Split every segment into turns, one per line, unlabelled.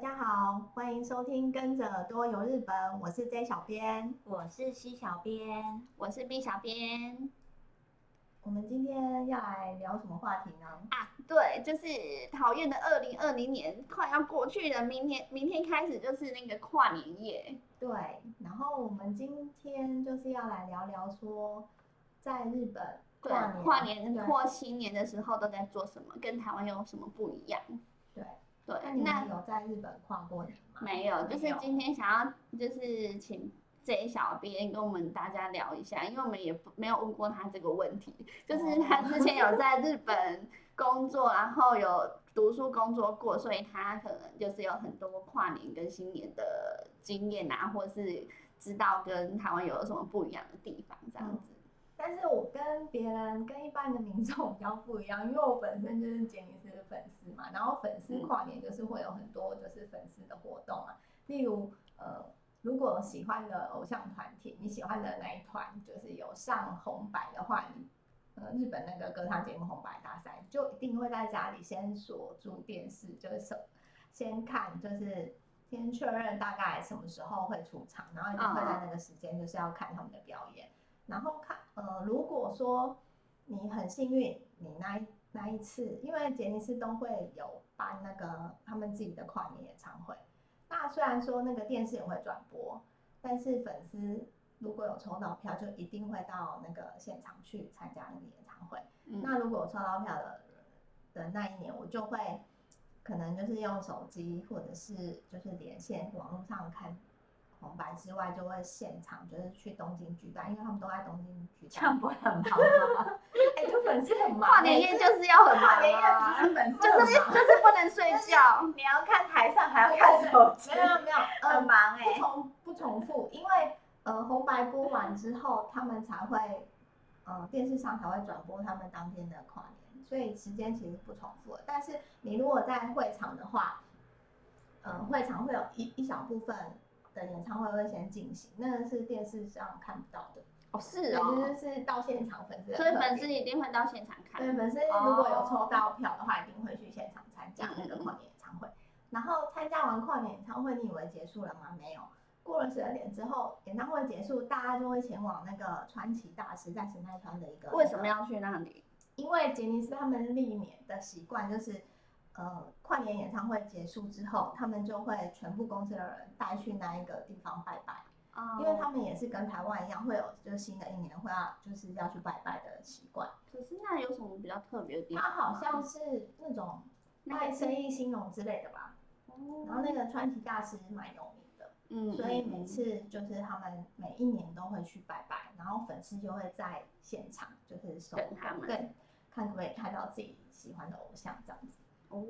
家好，欢迎收听《跟着多游日本》，我是 J 小编。
我是西小编，我是 B 小编
我们今天要来聊什么话题呢？
啊，对，就是讨厌的二零二零年快要过去了，明天明天开始就是那个跨年夜，
对，然后我们今天就是要来聊聊说，在日本
对
跨年，
跨年
对
或新年的时候都在做什么，跟台湾有什么不一样？
对，
对
那，你
那
们有在日本跨过年吗？
没有，就
没
是
有
今天想要就是请 J 小编跟我们大家聊一下，因为我们也不没有问过他这个问题，就是
哦
他之前有在日本工作，然后有读书工作过，所以他可能就是有很多跨年跟新年的经验啊，或是知道跟台湾有什么不一样的地方这样子。
但是我跟别人跟一般的民众比较不一样，因为我本身就是杰尼斯的粉丝嘛，然后粉丝跨年就是会有很多就是粉丝的活动啊，例如呃，如果喜欢的偶像团体，你喜欢的那一团就是有上红白的话，你呃日本那个歌唱节目红白大赛，就一定会在家里先锁住电视，就是手先看，就是先确认大概什么时候会出场，然后一定会在那个时间就是要看他们的表演。然后看，呃，如果说你很幸运，你那一那一次，因为杰尼斯都会有办那个他们自己的跨年演唱会，那虽然说那个电视也会转播，但是粉丝如果有抽到票，就一定会到那个现场去参加那个演唱会。
嗯，
那如果我抽到票的的那一年，我就会可能就是用手机或者是就是连线网络上看红白之外，就会现场就是去东京巨蛋，因为他们都在东京巨蛋。
不会很忙吗？
哎、就粉丝很忙、欸
跨年夜就是要很
跨
忙
年夜
啊，
不是粉丝
就
很
是
忙，
就是不能睡觉，
你要看台上，还要看手机
没，有没有，呃
很，忙
不
哎。
重不重复，因为呃红白播完之后，他们才会呃电视上才会转播他们当天的跨年，所以时间其实不重复的。但是你如果在会场的话，呃会场会有一一小部分的演唱会会先进行，那个是电视上看不到的，
哦是
对，
哦
就，是到现场粉丝的
所以
特
粉
点
丝一定会到现场看。
对，粉丝
哦
如果有抽到票的话，一定会去现场参加
嗯
那个跨年演唱会。然后参加完跨年演唱会，你以为结束了吗？没有，过了十二点之后，演唱会结束，大家就会前往那个川崎大师在神奈川的一个。
为什么？要去那里？
因为杰尼斯他们历年的习惯就是，呃，跨年演唱会结束之后，他们就会全部公司的人带去那一个地方拜拜。
啊
因为他们也是跟台湾一样，会有就是新的一年会要就是要去拜拜的习惯。
可是那有什么比较特别的地方
它
吗？
好像是那种卖生
嗯
意兴隆之类的吧。
哦，
然后那个川崎大师蛮有名的，
嗯，
所以每
嗯
次就是他们每一年都会去拜拜，然后粉丝就会在现场就是手
等他们
对，看可不可以看到自己喜欢的偶像这样子。
哦，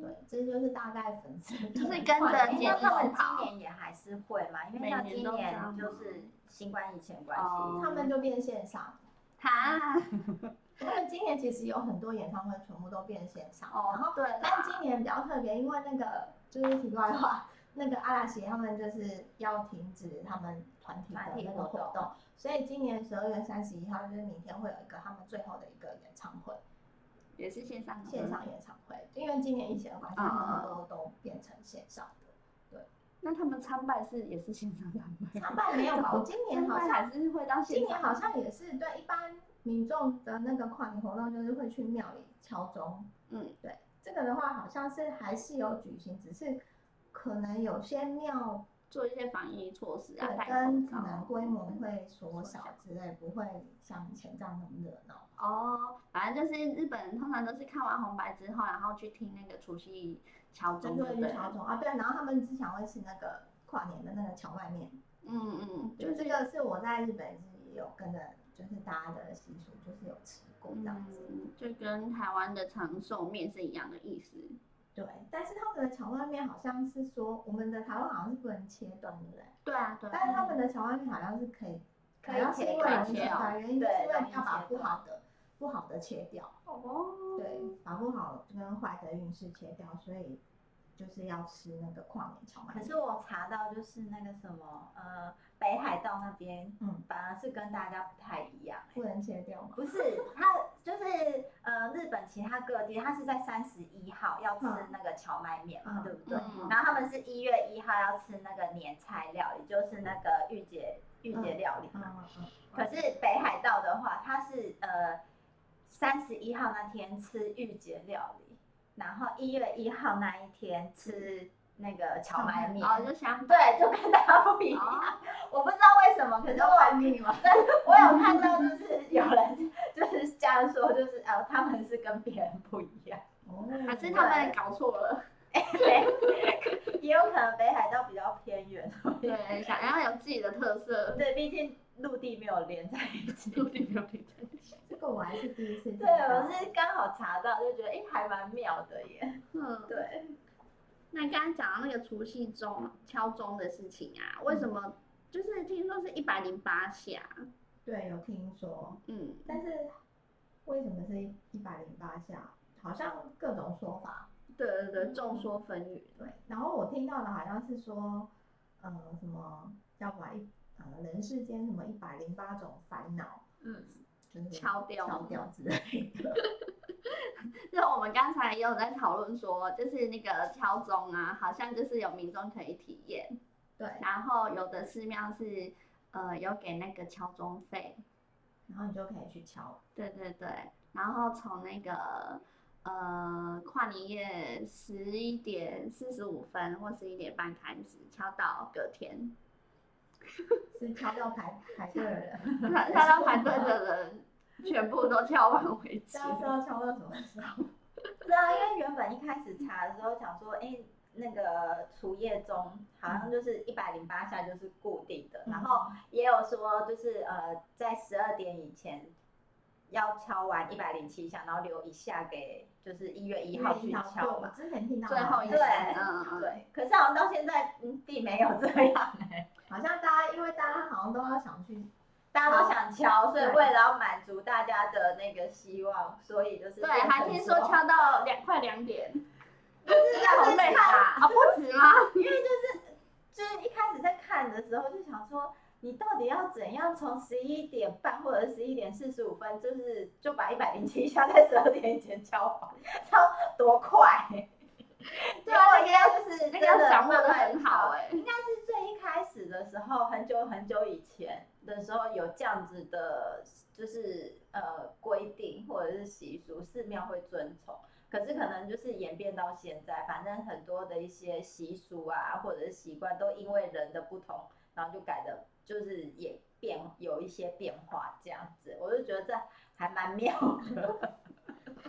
对，这就是大概粉丝
就是跟
换
着
了一
节
个
奏
那他
换
们
法
今年也还是会嘛，因为像今年就是新冠疫情关
哦
系，
他们就变线上。
哈，
他们今年其实有很多演唱会全部都变线上，然后
哦，对啦，
但今年比较特别，因为那个就是题外话，那个阿拉西他们就是要停止他们团体的
团体
那个
活
活
动
动，所以今年十二月三十一号就是明天会有一个他们最后的一个演唱会，
也是线上的
线。上演唱会，因为今年疫情的关系，他
嗯
们很多都变成线上 的。
那他们参拜是也是线上参拜，
参拜没有吧？我今年
参
好
拜
像
还是会到
今
现
年
场。
好像也是对一般民众的那个跨年活动，就是会去庙里敲钟。
嗯，
对，这个的话好像是还是有举行，只是可能有些庙
做一些防疫措施啊，
对
戴
跟
口
可能
罩。
规模会缩
缩
小
小
之类，不会像以前这样那么热闹。
哦，反正就是日本人通常都是看完红白之后，然后去听那个除夕敲
就
钟，对
会
不
去
哦对？
敲钟啊，对，然后他们之前会吃那个跨年的那个荞麦面，
嗯嗯，
就
就
这
是
个是我在日本是有跟着就是大家的习俗，就是有吃过这样子。
嗯，就跟台湾的长寿面是一样的意思。
对，但是他们的荞麦面好像是说，我们的台湾好像是不能切断，对不对？
对啊，对啊。
但是他们的荞麦面好像是可以，
可
好像
以
是因
切
为容易
断
切
切
哦
断，原因就是
对
因为
容
你
易
要把
切
不
断
好的不好的切掉，
哦，
对，把不好跟坏的运势切掉，所以就是要吃那个跨年荞麦
可
面。
是我查到就是那个什么呃北海道那边，
嗯
嗯，反而是跟大家不太一样、
不能切掉吗？
不是，它就是呃日本其他各地，它是在三十一号要吃那个荞麦面嘛，
嗯
对不对？
嗯
然后他们是一月一号要吃那个年菜料理，就是那个御姐御姐料理嘛。
嗯嗯
可是北海道的话，它是呃三十一号那天吃御姐料理，然后一月一号那一天吃那个荞麦面。
哦，就相对
对，就跟大家不一样。
哦，
我不知道为什么，可是我
叛逆吗？
我有看到，就是有人就是这样说，就是呃，他们是跟别人不一 样，
哦，
还是他们搞错了？
也有可能北海道比较偏远，
对，想要有自己的特 色，
对，毕竟陆地没有连在一起。
注定没有比较
这个我还是第一次听
对，
到。
我是刚好查到，就觉得哎、诶还蛮妙的耶。
嗯，
对，
那刚刚讲到那个除夕钟敲钟的事情啊，为什么？就是听说是一百零八下，
对有听说，
嗯，
但是为什么是一百零八下？好像各种说法。
对对对，众说纷纭，
对，然后我听到的好像是说，呃，什么叫什么一呃人世间什么一百零八种烦恼，
嗯，
就是
敲掉
敲掉之类 的。
就是我们刚才也有在讨论说，就是那个敲钟啊，好像就是有民众可以体验，
对，
然后有的寺庙是呃有给那个敲钟费，
然后你就可以去敲。
对对对，然后从那个呃跨年夜十一点四十五分或十一点半开始敲到隔 天，
是敲到排排队的人，
敲到排队的人全部都敲完为止
大。家知道敲到什么时候？
对啊，因为原本一开始查的时候想说，哎、那个除夜钟好
嗯
像就是一百零八下就是固定的，然后也有说就是呃，在十二点以前要敲完一百零七下，然后留一下给就是一月一号去
对
敲
我
嘛。
之前听到
最后一
对
次，
对
嗯嗯，
对，可是好像到现在嗯并没有这样哎、
好像大家因为大家好像都要想去，
大家都想敲，所以
对
为了要满足大家的那个希望，所以就是
对，
变成
还听说
说
敲到两快两点，
就是
好
要
累
去 敲
啊，啊不止吗？
就是一开始在看的时候就想说，你到底要怎样从十一点半或者十一点四十五分，就是就把一百零七下在十二点以前敲完，敲多快、
对啊
结果应该就是
那
真
个要
的
掌握
慢
的
慢
很好
敲
哎、
应该是最一开始的时候，很久很久以前的时候有这样子的，就是呃规定或者是习俗，寺庙会遵从。可是可能就是演变到现在，反正很多的一些习俗啊，或者是习惯，都因为人的不同，然后就改的，就是也变有一些变化这样子。我就觉得这还蛮妙 的。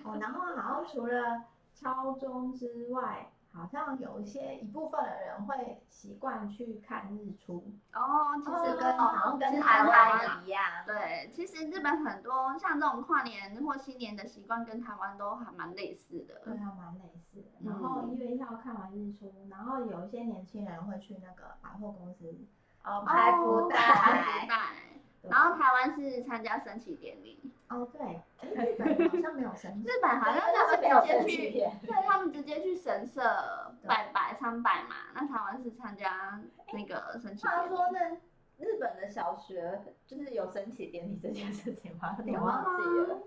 哦，然后好像除了敲钟之外，好像有一些一部分的人会习惯去看日出，
哦，其
是
实
跟
跟、
好
哦、
像跟
其实
台
台湾
一样，
对，其实日本很多像这种跨年或新年的习惯跟台湾都还蛮类似的。
对，还蛮类似的。然后
嗯
一月一号看完日出，然后有一些年轻人会去那个百货公司，
哦，
排
排
排福
福袋，
袋。
对
然后台湾是参加升旗典礼，
哦对，哎日本好像没有神
日本 好像就是直接去，对他们直接去神社
对
拜拜参拜嘛。那台湾是参加那个升旗典
话
礼，
说那日本的小学就是有升旗典礼这件事情 吗？你
有啊
忘
啊
记了？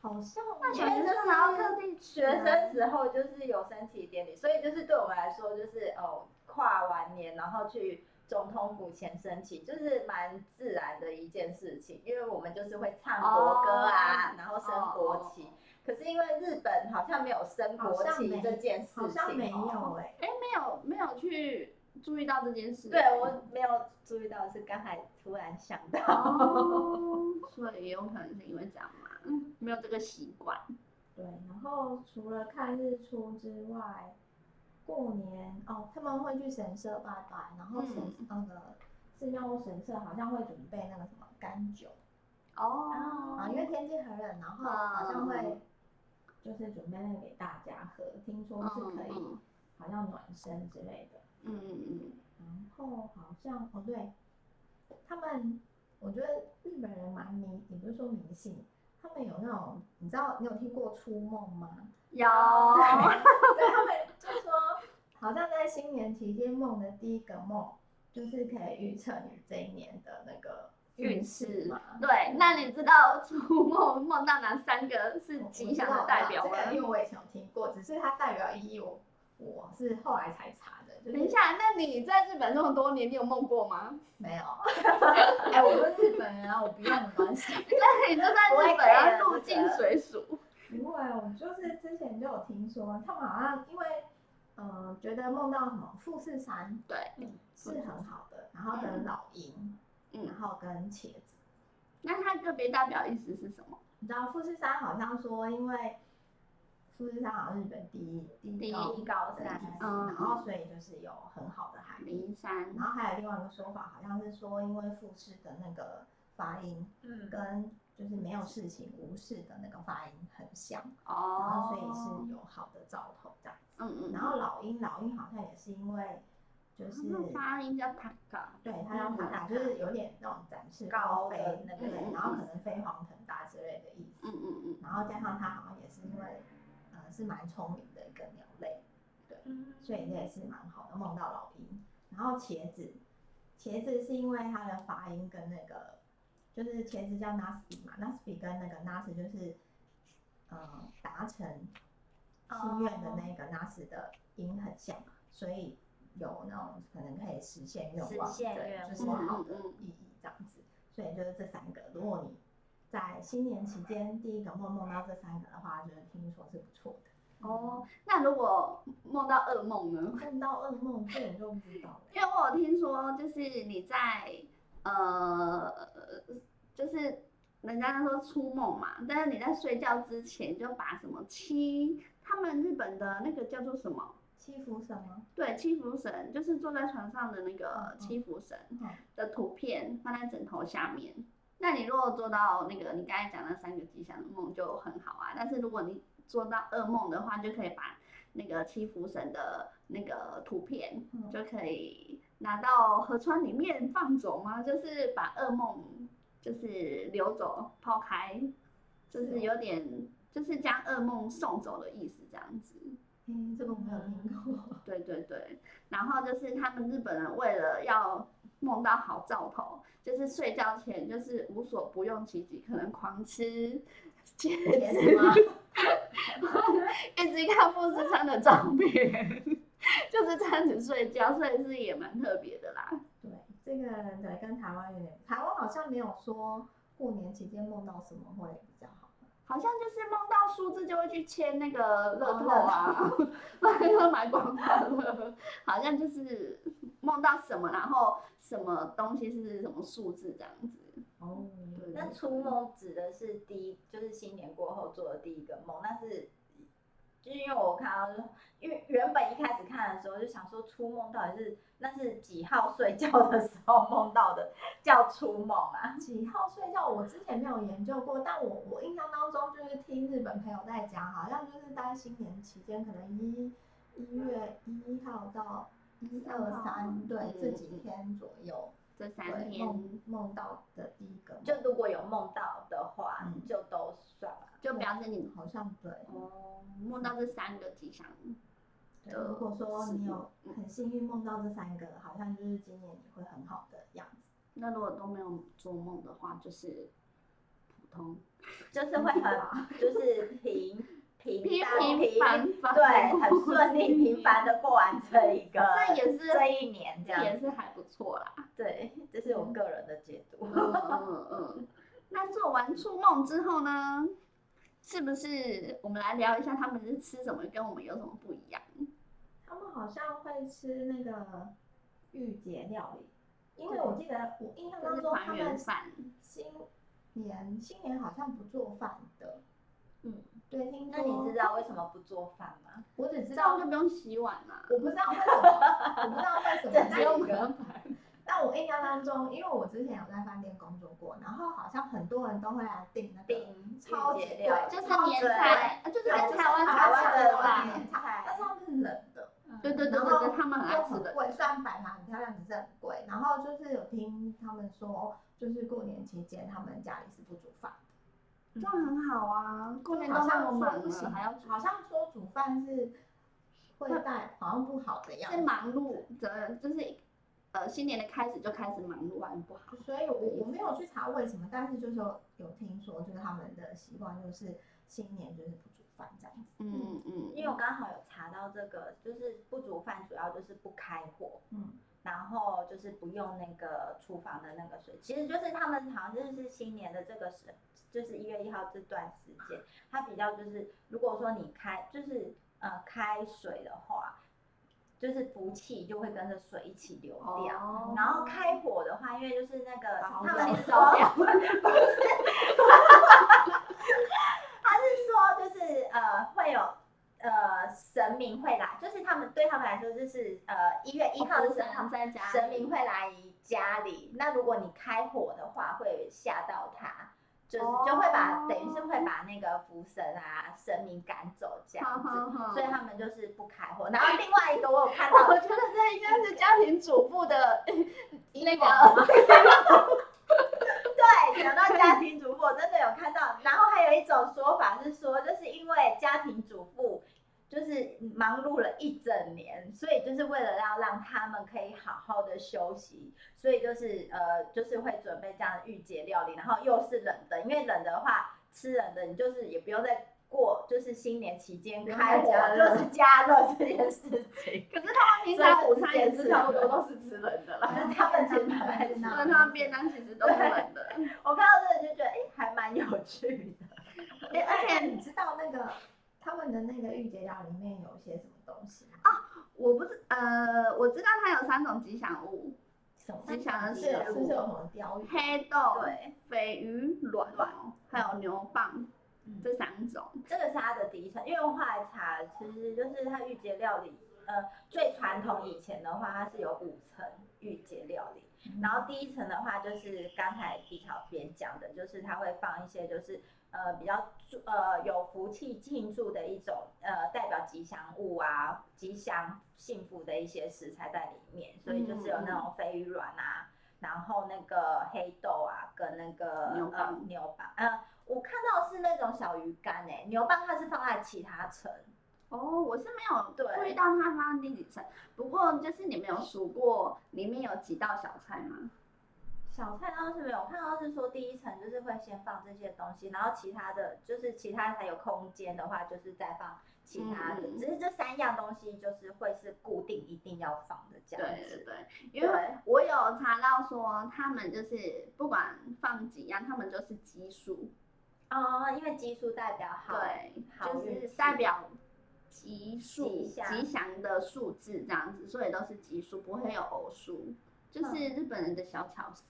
好像
那
没
小学生然后特地
学生时候就是有升旗典礼，所以就是对我们来说就是哦，跨完年然后去总统府前升旗，就是蛮自然的一件事情，因为我们就是会唱国歌啊，
哦
然后升国旗。可是因为日本好像没有升国
好像没
旗这件事情、
好像没
哦。
有哎、
哎、没有没有去注意到这件事。
对，我没有注意到，是刚才突然想到。
哦， 所以也有可能是因为这样嘛，嗯没有这个习惯。
对，然后除了看日出之外，过年哦，他们会去神社拜拜，然后神、
嗯
那个寺庙神社好像会准备那个什么干酒啊，
哦
因为天气很冷，然后好像会就是准备那个给大家喝，听说是可以
嗯
好像暖身之类的。
嗯嗯
然后好像哦对，他们我觉得日本人蛮迷，也不是说迷信，他们有那种你 知道你有听过初梦吗？
有，
对，他们就说，新年期间梦的第一个梦，就是可以预测你这一年的那个
运
势
势
嘛。
对，那你知道初梦梦到哪三个是
我
吉祥的代表
我
吗
知？道这个因为我以前有听过，只是它代表意义我，我是后来才查的，就
等一
是
下，那你在日本这么多年，你有梦过吗？
没有。哎、我是日本人啊，我不用没关系。
那你就在日本要入境水署，
不会，我就是之前就有听说，他们好像因为嗯、呃觉得梦到什么富士山
对，
是很好的，然后跟老鹰，
嗯
然后跟茄子。
那它个别代表意思是什么？
你知道富士山好像说，因为富士山好像日本第一第一高
第
一高
山
山，
哦嗯
然后所以就是有很好的含义。
灵山
然，后还有另外一个说法，好像是说因为富士的那个发音
嗯，
跟就是没有事情无事的那个发音很像，然后所以
哦
是，有好的兆头这样。
嗯嗯，
然后老鹰，老鹰好像也是因为就是
它的发音叫塔嘎，
对它要爬塔，就是有点那种展示高飞
高的
那
那
个
个
对，然后可能飞黄腾达之类的意思。
嗯嗯嗯，
然后加上它好像也是因为，呃，是蛮聪明的一个鸟类，所以这也是蛮好的，梦到老鹰。然后茄子，茄子是因为它的发音跟那个，就是茄子叫 nasty 嘛，nasty 跟那个 nas 就是，呃，达成
哦
心愿的那个 nas 的音很像，所以有那种可能可以实现愿望，
实现
对
愿
就是
望
好的
嗯嗯
意义这样子。所以就是这三个，如果你在新年期间第一个梦梦到这三个的话，就是听说是不错的。
哦，那如果梦到噩梦呢？
梦到噩梦，这你就不知道了。
因为我有听说，就是你在呃，就是人家说出梦嘛，但是你在睡觉之前就把什么七，他们日本的那个叫做什么？
七福神吗？
对，七福神就是坐在床上的那个
嗯嗯
七福神
嗯
的图片放在枕头下面。那你如果做到那个你刚才讲的三个吉祥的梦就很好啊，但是如果你做到噩梦的话，就可以把那个七福神的那个图片
嗯
就可以拿到河川里面放走吗？就是把噩梦就是流走抛开，就是有点就是将噩梦送走的意思这样子。
嗯，这个我没有听过。
对对对，然后就是他们日本人为了要梦到好兆头，就是睡觉前就是无所不用其极，可能狂吃茄
茄
子
子吗？
一直看富士山的照片， 就是这样子睡觉，所以是也蛮特别的啦。
对，这个对跟台湾有点，台湾好像没有说过年期间梦到什么会比较好。
好像就是梦到数字就会去签那个乐透啊， 买乐买广告乐，好像就是梦到什么，然后什么东西是什么数字这样子。
哦，
对
那初梦指的是第一，就是新年过后做的第一个梦，但是就是因为我看到，就是因为原本一开始看的时候就想说初梦到底是那是几号睡觉的时候梦到的叫初梦啊？
几号睡觉？我之前没有研究过，但我我印象当中就是听日本朋友在讲，好像就是在新年期间，可能一一月一号到一二三，对，这几天左右，
哦这三
对
天
梦梦到的第一个梦，
就如果有梦到的话，
嗯
就都算吧。
就表示你
好像对。
哦梦到这三个吉祥，
对
的
如果说你
事
有
物嗯
很幸运梦到这三个，好像就是今年你会很好的样子。
那如果都没有做梦的话，就是普通
就是会很就是平平淡
平凡 凡
对，很顺利平凡的过完 这一个
这也是
这一年这
也
样。
是还不错啦。
对，这是我个人的解读。
嗯嗯嗯。那做完初梦之后呢，是不是我们来聊一下他们是吃什么，跟我们有什么不一样？
他们好像会吃那个御节料理，因为
对
我记得我印象
就
当
是
中
团
他们
圆饭，
新年新年好像不做饭的。
嗯，
对，听
那你
说
知？道为什么不做饭吗？
我只知
知道
道
就，不用洗碗啦、
我不知道为什么，我不知道为 什么
这
那
只有
一个
隔板。
但我印象当中，因为我之前有在饭店工作过，然后好像很多人都会来订那个
并
超级
解掉，
就是
超
年
级
菜，啊就是
对
跟
就是
台湾
台
差
湾
不
的
多啦。
年
菜
但是他们是冷的，
对对对
然
对
后
对，他们很爱
又
吃
很
啊的。
贵，虽然摆盘很漂亮，可是很贵。然后就是有听他们说，就是过年期间他们家里是不煮饭，
这
嗯
样很好啊，过年
好
都那
像
么
说
忙
不行
了，还要，煮
好像说煮饭是会带好像不好的样
是
子。
忙碌的，就是呃新年的开始就开始忙碌，很不好。
所以我我没有去查为什么，但是就是有有听说，就是他们的习惯就是新年就是不煮饭这样子。
嗯嗯，
因为我刚好有查到这个，就是不煮饭主要就是不开火，
嗯，
然后就是不用那个厨房的那个水，其实就是他们好像就是新年的这个时，就是一月一号这段时间，它比较就是如果说你开就是呃开水的话，就是福气就会跟着水一起流掉。
哦
然后开火的话，因为就是那个
把红
他
烧
们
烧
说
掉，
他是说就是呃会有呃神明会来，就是他们对他们来说就是呃一月一号的时候
神，在家，
神明会来家里。那如果你开火的话，会吓到他，就是
哦
就会把等于是会把那个福神啊神明赶走这
好
样子。
好好
所以他们就是不开火。然后另外一个我有看 到，
我觉得这应该是家庭主妇的那
往
个，
对，讲到家庭主妇，我真的有看到。然后还有一种说法是说，就是因为家庭主妇就是忙碌了一整年，所以就是为了要让他们可以好好的休息，所以就是呃，就是会准备这样的御节料理，然后又是冷的，因为冷的话吃冷的，你就是也不用再过，就是新年期间
不用
开
再
火
加热
就是加热这件事情。
可是他们平常午餐也是差不多都是吃冷的 啦，
可是他们其实蛮爱 吃
因为他们便当其实都是冷的，
我看到这个就觉得，哎、还蛮有趣的。
哎而且你知道那个他们的那个御节料里面有些什么东西
啊
吗？
我不是呃，我知道它有三种吉祥物：
什么
吉祥的
是
食
是不
物
是有什么标语？
黑豆、
对，
鲱鱼卵、哦还有牛蒡
嗯
这三种。
这个是它的第一层，因为我后来查，其实就是它御节料理，呃，最传统以前的话，它是有五层御节料理，然后第一层的话就是刚才碧草边讲的，就是它会放一些就是呃比较祝呃有福气庆祝的一种呃代表吉祥物啊、吉祥幸福的一些食材在里面，所以就是有
嗯
那种鲱鱼卵啊。然后那个黑豆啊，跟那个
牛蒡
呃牛蒡，呃，我看到是那种小鱼干诶、牛蒡它是放在其他层，
哦，我是没有
对
注意到它放在第几层，不过就是你们有数过里面有几道小菜吗？
小菜倒是没有，我看到是说第一层就是会先放这些东西，然后其他的就是其他还有空间的话，就是再放其他的，
嗯嗯
只是这三样东西就是会是固定一定要放的这
对
样
对
子。
对，因为我有查到说他们就是不管放几样，他们就是奇数，
哦、因为奇数代表好，
对，
好
就
运
是
气
代表吉数
吉祥
吉祥的数字这样子，所以都是奇数，不会有偶数，就是日本人的小巧思。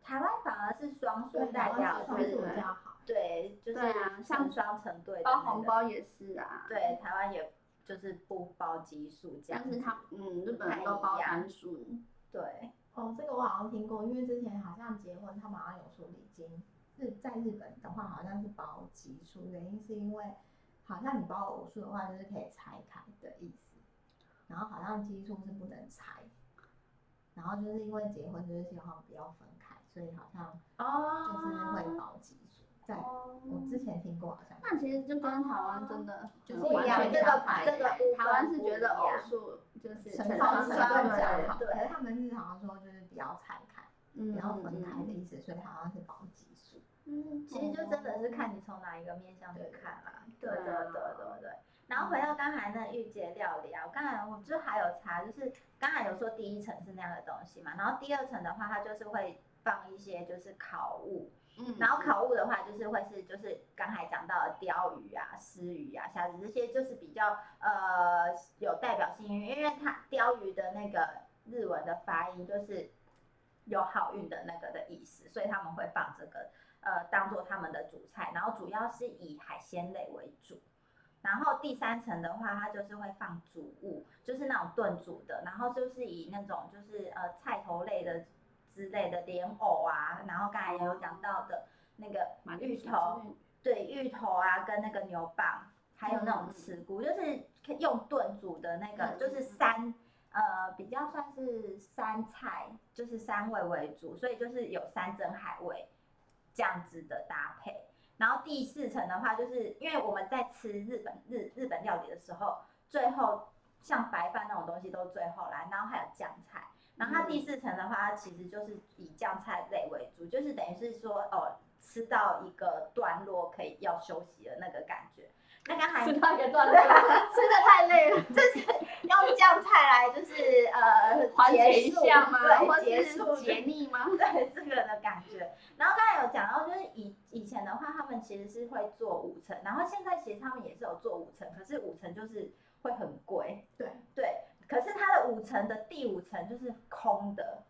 台湾反而是双数
对，
代表，
双
就是
数比较好。
对，就是
对啊像
成双成对的、那
包
个，
红，包也是啊，
对，台湾也就是不包奇数这样
但
子，
是他嗯，日本人都
不太一
包
样
单数，
对。
哦，这个我好像听过，因为之前好像结婚，他们好像有说礼金，日在日本的话好像是包奇数，原因是因为好像你包偶数的话就是可以拆开的意思，然后好像奇数是不能拆，然后就是因为结婚就是希望不要分开，所以好像
哦
就是会包奇数。在我之前听过，好像
那其实就跟台湾真的
就是
很
不一
完
样
全
这个
相反
这个
部分
台湾是
不
觉
一
得偶
样
数就是
成
双
双成
双
对比
比较
较
好
好，可是他们是好像说就是不要拆开，
嗯
不要分
嗯
开的意思，所以好像是包奇数。
嗯，其实就真的是看你从哪一个面向去看啦。对
对
对对对对。然后回到刚才那御姐料理啊，我刚才我就还有查，就是刚才有说第一层是那样的东西嘛，然后第二层的话，它就是会放一些就是烤物，
嗯
然后烤物的话就是会是就是刚才讲到的鲷鱼啊、丝鱼啊、虾子这些就是比较呃有代表性，因为它鲷鱼的那个日文的发音就是有好运的那个的意思，所以他们会放这个呃当做他们的主菜，然后主要是以海鲜类为主。然后第三层的话，它就是会放煮物，就是那种炖煮的，然后就是以那种就是呃菜头类的之类的莲藕啊，然后刚才也有讲到的那个
马铃
芋
薯
头
之类的，
对芋头啊，跟那个牛蒡，还有那种刺菇，就是可以用炖煮的那个，
嗯
就是三呃比较算是三菜，就是三味为主，所以就是有山珍海味这样子的搭配。然后第四层的话，就是因为我们在吃日本日日本料理的时候，最后像白饭那种东西都最后来，然后还有酱菜。然
嗯
后它第四层的话，它其实就是以酱菜类为主，就是等于是说哦，吃到一个段落可以要休息的那个感觉。那刚 才
吃到一个段落，
吃的太累了，就是用酱菜来就是呃
缓解
结
一
束
下吗？或
对，结束
是解腻吗？
对这个的感觉。然后刚才有讲到，就是以以前的话，他们其实是会做五层，然后现在其实他们也是有做五层，可是五层就是会很贵。
对
对，可是它的五层的第五层就是空的，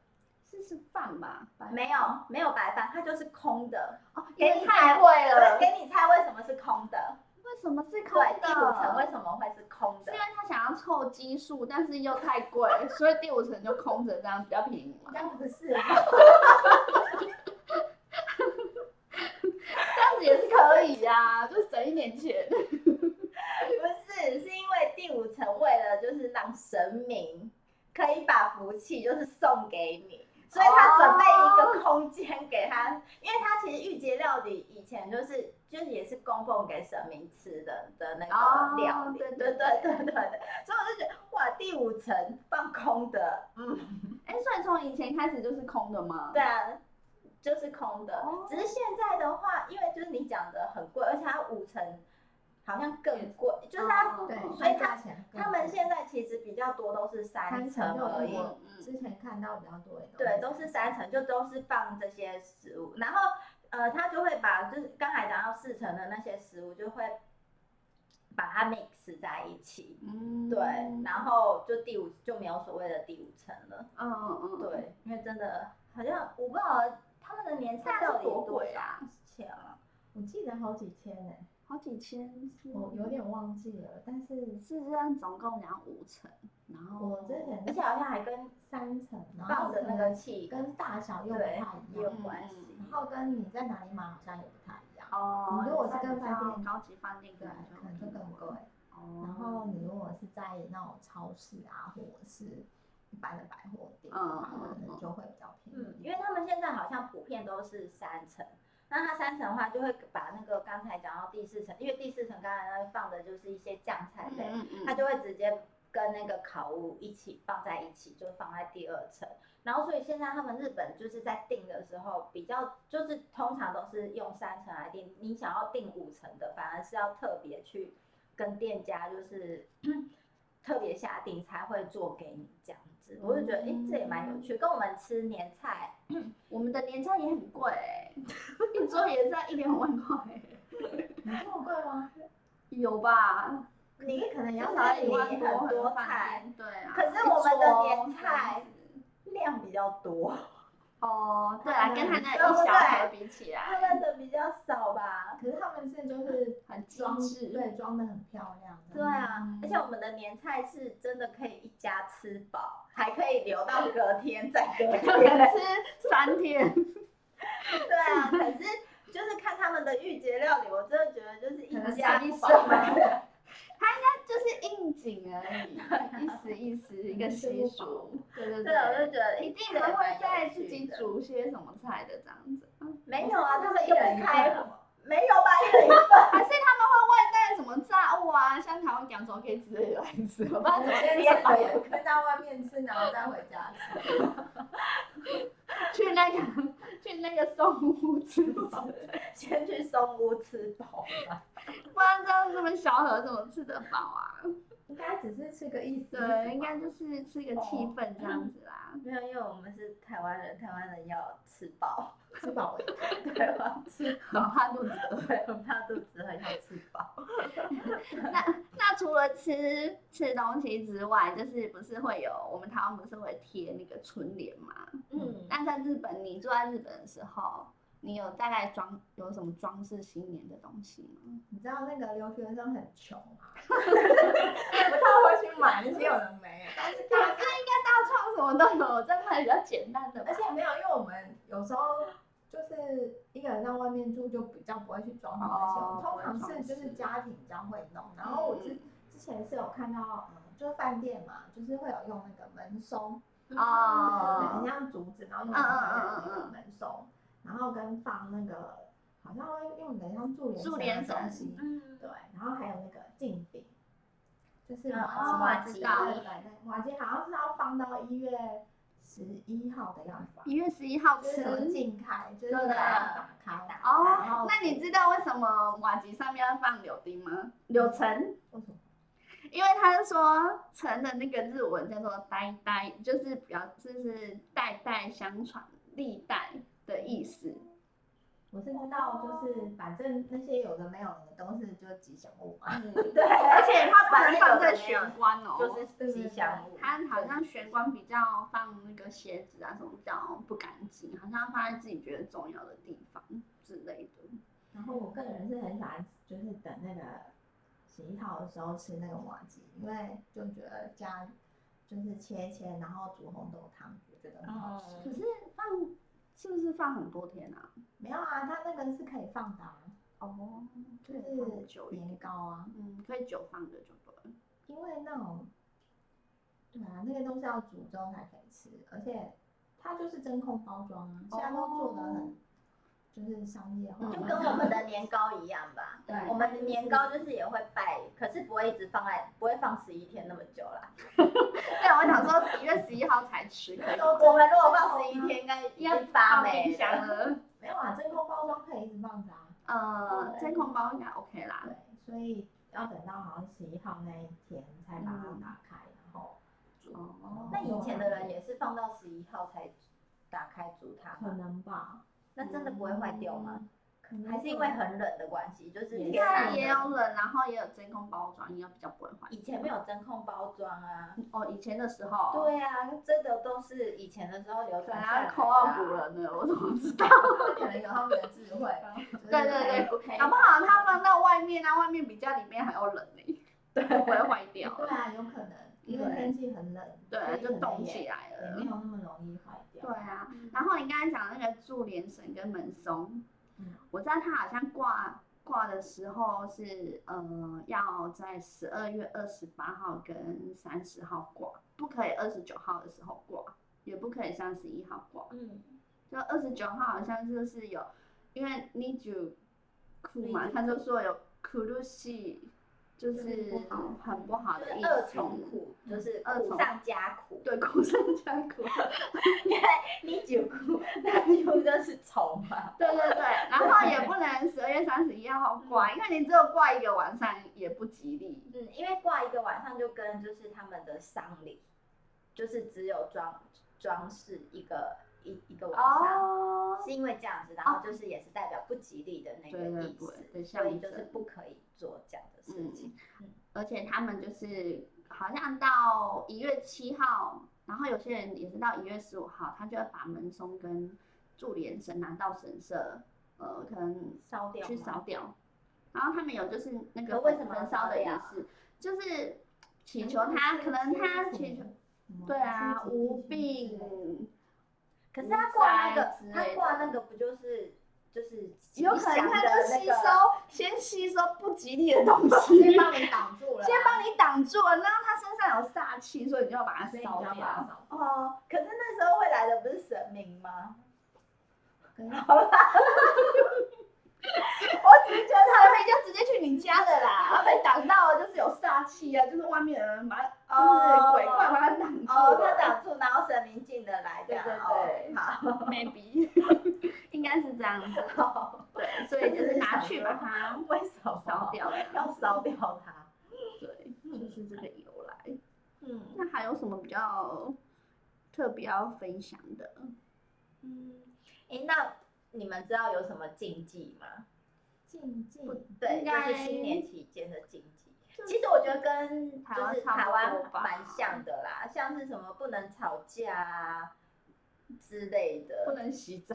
是是饭吧？白饭
没有没有白饭，它就是空的。
哦，
给
因
你
为
猜
太会
对，
了。
给你猜为什么是空的？
为什么是空
对，
的？
第五层为什么会是空
是
的
因？为他想要凑基数，但是又太贵， 所以第五层就空着，这样比较便宜嘛。
应该不是吧，
这样子也是可以呀、就省一点钱。
不是，是因为第五层为了就是让神明可以把福气就是送给你，所以他准备一个空间给他，因为他其实御节料理以前就是就是也是供奉给神明吃的的那
哦
个料理，
对
对
对
对对对对，所以我就觉得哇，第五层放空的，嗯，
哎、所以从以前开始就是空的吗？
对啊。就是空的
哦，
只是现在的话，因为就是你讲的很贵，而且它五层好像更贵，就是它
哦
对，
所以
算价钱更
他们
贵
现在其实比较多都是三层而已，
嗯
嗯嗯，
之前看到比较多的东西，
对，都是三层，就都是放这些食物，然后呃，他就会把就是刚才讲到四层的那些食物，就会把它 mix 在一起，
嗯
对，然后就第五就没有所谓的第五层了，
嗯嗯嗯，
对，因为真的好像我不知道他们的年菜
那
到
是
底
多
多
贵
少
啊？
钱啊？
我记得好几千呢、
好几千是，
哦
我有点忘记了，但是
是这样，总共两五层，然后
我之前
而且好像还跟
三层，然后
放的那
可
个
能
气
跟大小又不太
对
一
也
嗯
有
样，
关系
然。后跟你在哪里买好像也不太一样，
哦，
如果是
那
跟
比
饭
较
店
高级饭店可
对
能，
可能就更贵。
哦，
嗯
然后你如果是在那种超市啊，或者是一般的百货店的话，
嗯嗯
可
嗯
能就会比较便
嗯
宜，一
因为
点。
他们现在好像普遍都是三层，那它三层的话，就会把那个刚才讲到第四层，因为第四层刚才那放的就是一些酱菜类，
嗯嗯
它就会直接跟那个烤物一起放在一起，就放在第二层。然后所以现在他们日本就是在订的时候，比较就是通常都是用三层来订，你想要订五层的，反而是要特别去跟店家就是 特别下定才会做给你这样子。我就觉得哎、诶这也蛮有趣，跟我们吃年菜
我们的年菜也很贵、欸，一桌也是要一两万块欸、
你这么贵吗？
有吧？
你可能也
至
要
少
至少
看
也
一
你
万
很
多，
多
饭
菜
店对啊。
可是
一
我们的
桌
年
这样
菜
子
量比较多，
哦，对啊，
嗯
跟他那
对
一
不
小盒
对
比起来，
他们的比较少吧。
可是他们是就是
很精
装
致
对，装的很漂亮的。
对啊
嗯，
而且我们的年菜是真的可以一家吃饱，还可以留到隔天再 隔
可能
天。
吃三天，
对啊，可是就是看他们的御节料理，我真的觉得就是
可能
一家
是
不
一
饱
生
满的。
就是应景而已，意思意思一个习俗，对对
对，我就觉得
一定
这
还
也蛮
会
有
再自
趣
己
的。
煮些什么菜的这样子，嗯
没有啊，他们
一
又
人一
不开
份
火，没有吧？一人一份。
还是他们会喂那个什么炸物啊，像台湾讲什么可以直接来吃， 我不知道
我
怎
们
么
先
接
吃好也可以到外面吃，然后再回家吃。
去那个去那个松屋吃吧，
先去松屋吃饱吧。
不然这样这么小盒怎么吃得饱啊？
应该只是吃个意思。
对，应该就是吃个气
哦
氛这样子啦。
没有，因为我们是台湾人，台湾人要吃饱，
吃饱了。
对吧？吃嗯
很怕肚子饿。
对，很怕肚子很想吃饱。
那除了吃吃东西之外，就是不是会有我们台湾不是会贴那个春联嘛？
嗯。
那在日本，你住在日本的时候，你有大概装有什么装饰新年的东西吗？
你知道那个留学生很穷 啊，不太会去买那些有的没的，但是
大
他
家应该大创什么都有，这买比较简单的吧
而。且没有，因为我们有时候就是一个人在外面住，就比较不会去装潢那些，
哦
我们通常
不
是
会装饰嗯
就是家庭比较会弄。然后我之之前是有看到，嗯，就是饭店嘛，就是会有用那个门松，对，
嗯
很
哦，嗯
像竹子，然后用它的那个门松，然后跟放那个好像会用的像
嗯柱
柱
连
帘绳的
绳
东西，
嗯
对，然后还有那个镜饼。就是
嗯
瓦
哦
瓦
瓦
吉
吉
大会摆在瓦吉好像是要放到一月十一号的样子吧，
一月十一号
就
吃
是。什么静开，就是把
对的
它打开打开，然
哦
后，
那你知道为什么瓦吉上面要放柳丁吗？柳橙，
为什么？
因为他说橙的那个日文叫做呆呆，就是表就是代代相传、历代的意思。
我是知道，就是反正那些有的没有的都是就吉祥物嘛，
嗯，
对，
而且它不
反
能
正
放
有
在
的
玄
没
关哦，
有就是
对
吉祥物。
它好像玄关比较放那个鞋子啊什么比较不干净，好像放在自己觉得重要的地方之类的。
然后我个人是很喜欢，就是等那个十一号的时候吃那个瓦吉，因为就觉得加就是切切，然后煮红豆汤，我觉得很好吃。
可是放是不是放很多天啊？
没有啊，它那个是可以放的、啊，
哦，
就
对，放久
是
一点
年。糕啊，
嗯，可以久放的就对了。
因为那种，对啊，那个都是要煮之后才可以吃，而且它就是真空包装啊，现在都做的很、
哦
就是商业化，
嗯
就跟我们的年糕一样吧，
对
我们的年糕就是也会拜，可是不会一直放在，不会放十一天那么久啦。
对，我想说十月十一号才吃，可以
我们如果放十一天，应该已
要
经发
放冰
霉
箱
了。
了。
没有啊，真空包装可以一直放着啊，
呃，真空包应该 OK
啊
啦。
对，所以要等到好像十一号那一天才把它打开，然后
哦，
那以前的人也是放到十一号才打开煮它
可
嗯
吗？
能吧，
那真的不会坏掉吗？
可能
还是因为很冷的关系，就是
应
应
天
该
然
嗯也
的
有冷，然后也有真空包装，应该比较不会坏。
以前没有真空包装啊。
哦，以前的时候。。
对啊，这个都是以前的时候流传下
然
来的、啊
后扣到古 人了，我怎么知道？
可能有他们的智慧 吧，对啊
对对
对
对，搞不好它放到外面啊，外面比较里面还有冷呢，
对
不会坏 掉。
对啊，有可能，因为
对
天气很冷，所
对，
以
就
可能
冻
也
起来
也
了
没。有那么容易坏掉。
对啊，然后你刚才讲那个柱连绳跟门松，
嗯
我知道它好像挂挂的时候是呃要在十二月二十八号跟三十号挂，不可以二十九号的时候挂，也不可以三十一号挂。
嗯，
就二十九号好像就是有，因为 Niju 哭嘛，
Niju-ku
他就说有 kurushi，就
就是
是
不好
很不好
就
的意
是
思。
二重苦，就是
二重
苦上加苦。
对，苦上加苦。
你九苦，那九就是虫嘛。
对对对，然后也不能十二月三十一号挂，因为你只有挂一个晚上也不吉利。
嗯，因为挂一个晚上就跟就是他们的丧礼，就是只有装装饰一个一一个晚上。
哦，
是因为这样子，然后就是也是代表不吉利的那
对
个
对
意思，
对的
所以
象
就是
征
不可以做这样的事情。
而且他们就是好像到一月七号，然后有些人也是到一月十五号，他就会把门松跟柱连绳拿到神社，呃，可能
烧掉
去
吗
烧掉。然后他们有就是那个
可为什么要
焚烧的
烧
仪
掉
式，就是祈求他，可能他祈求。对啊，无病。
可是他
无
挂那个
灾之，类
他
的
挂那个不就是就是吉
有可能
祥
他
的
就
那
吸收
个，
先吸收不吉利的东 西，
先帮你挡住了啊，
先帮你挡住了，然后他身上有煞气，所以你就要把它
所以你
烧
就要把它
掉。
扫
哦，可是那时候会来的不是神明吗？
掉。
我只是觉得
他们就直接去你家的啦，他被挡到了，就是有煞气啊，就是外面的人把它，就是
哦
鬼怪把它挡住
哦，
了。
他挡住，然后神明进得来这样。
对对对
哦好，
哎 maybe 应该是这样子，对，所以就是拿去把它
为什么
烧掉，
要烧掉它？
对，就是这个由来。
嗯
那还有什么比较特别要分享的？
嗯，哎，那你们知道有什么禁忌吗？
禁忌，
对，
应
就
该
是新年期间的禁忌。其实我觉得跟
台
就
湾
是
差不
台湾
多吧
蛮像的啦，像是什么不能吵架啊之类
不
的。
能洗澡，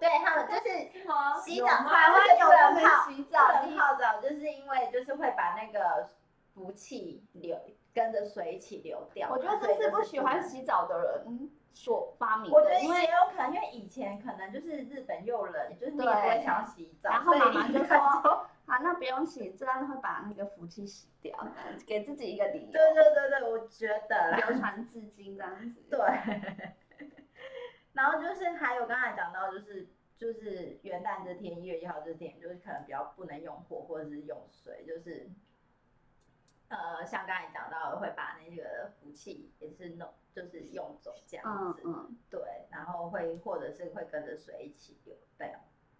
对他们就是
是吗
洗澡，
台湾
就是
有
不能
不能
泡
洗澡
不
的
能泡澡，就是因为就是会把那个福气流跟着水一起流掉嘛。
我觉得
所以
这
就
不
是
喜欢
能。
洗澡的人所发明
我觉得
的，因
也
为
有可能，因为以前可能就是日本又冷，就是你也
对
不会想要洗澡，
然后
所以
妈妈就
你
说 啊，那不用洗，这样会把那个福气洗掉，给自己一个理由，
对对对对，我觉得啦，
流传至今这样子。
对。然后就是还有刚才讲到，就是就是元旦这天，一月一号这天，就是可能比较不能用火或者是用水，就是呃，像刚才讲到的，会把那个福气也是弄，就是用走这样
嗯
子，
嗯，
对，然后会或者是会跟着水一起流掉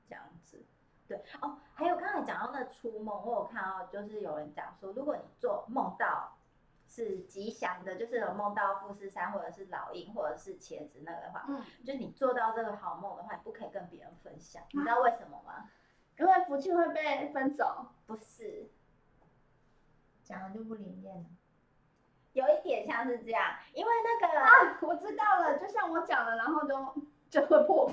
这样子。对哦，还有刚才讲到那出梦，我有看到就是有人讲说，如果你做梦到是吉祥的，就是有梦到富士山或者是老鹰或者是茄子那个的话，
嗯
就是你做到这个好梦的话，你不可以跟别人分享，
啊
你知道为什么吗？
因为福气会被分走，
不是，
讲了就不灵验了。
有一点像是这样，因为那个、
啊， 我知道了，就像我讲了，然后都 就会破功。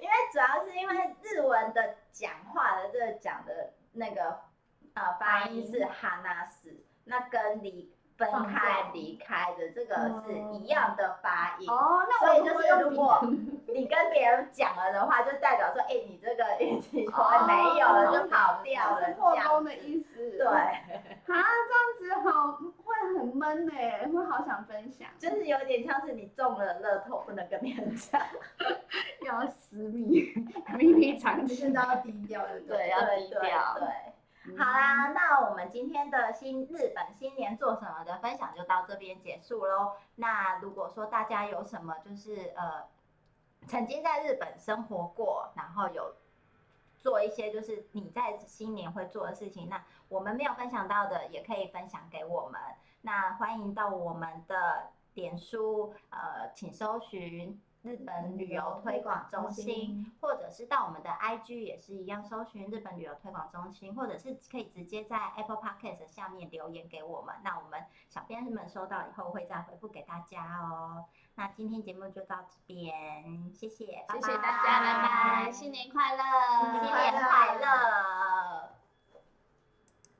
因为主要是因为日文的讲话的这个讲的那个呃发音是哈纳斯，那跟离分开离开的这个是一样的发音。
哦，那
所
我
以就是如果你跟别人讲了的话，就代表说，哎、你这个运气说没有了，就跑掉了，
哦是破
这样
功的意思。
对，
啊，这样子好会很闷呢、会好想分享，
就是有点像是你中了乐透，不能跟别人讲。
要私密，秘密 藏
就是都要低调的，
对
对。
要
对
低
对
调
对。
嗯
好，啦，那我们今天的新日本新年做什么的分享就到这边结束喽。那如果说大家有什么就是呃，曾经在日本生活过，然后有做一些就是你在新年会做的事情，那我们没有分享到的也可以分享给我们。那欢迎到我们的脸书，呃，请搜寻日本旅游推广中心。或者是到我们的 IG 也是一样，搜寻日本旅游推广中心，或者是可以直接在 Apple Podcast 下面留言给我们，那我们小编们收到以后会再回复给大家哦。那今天节目就到这边，谢谢，拜
嗯谢谢大家，拜拜，新年快乐，
新
新
年
年
快
快
乐。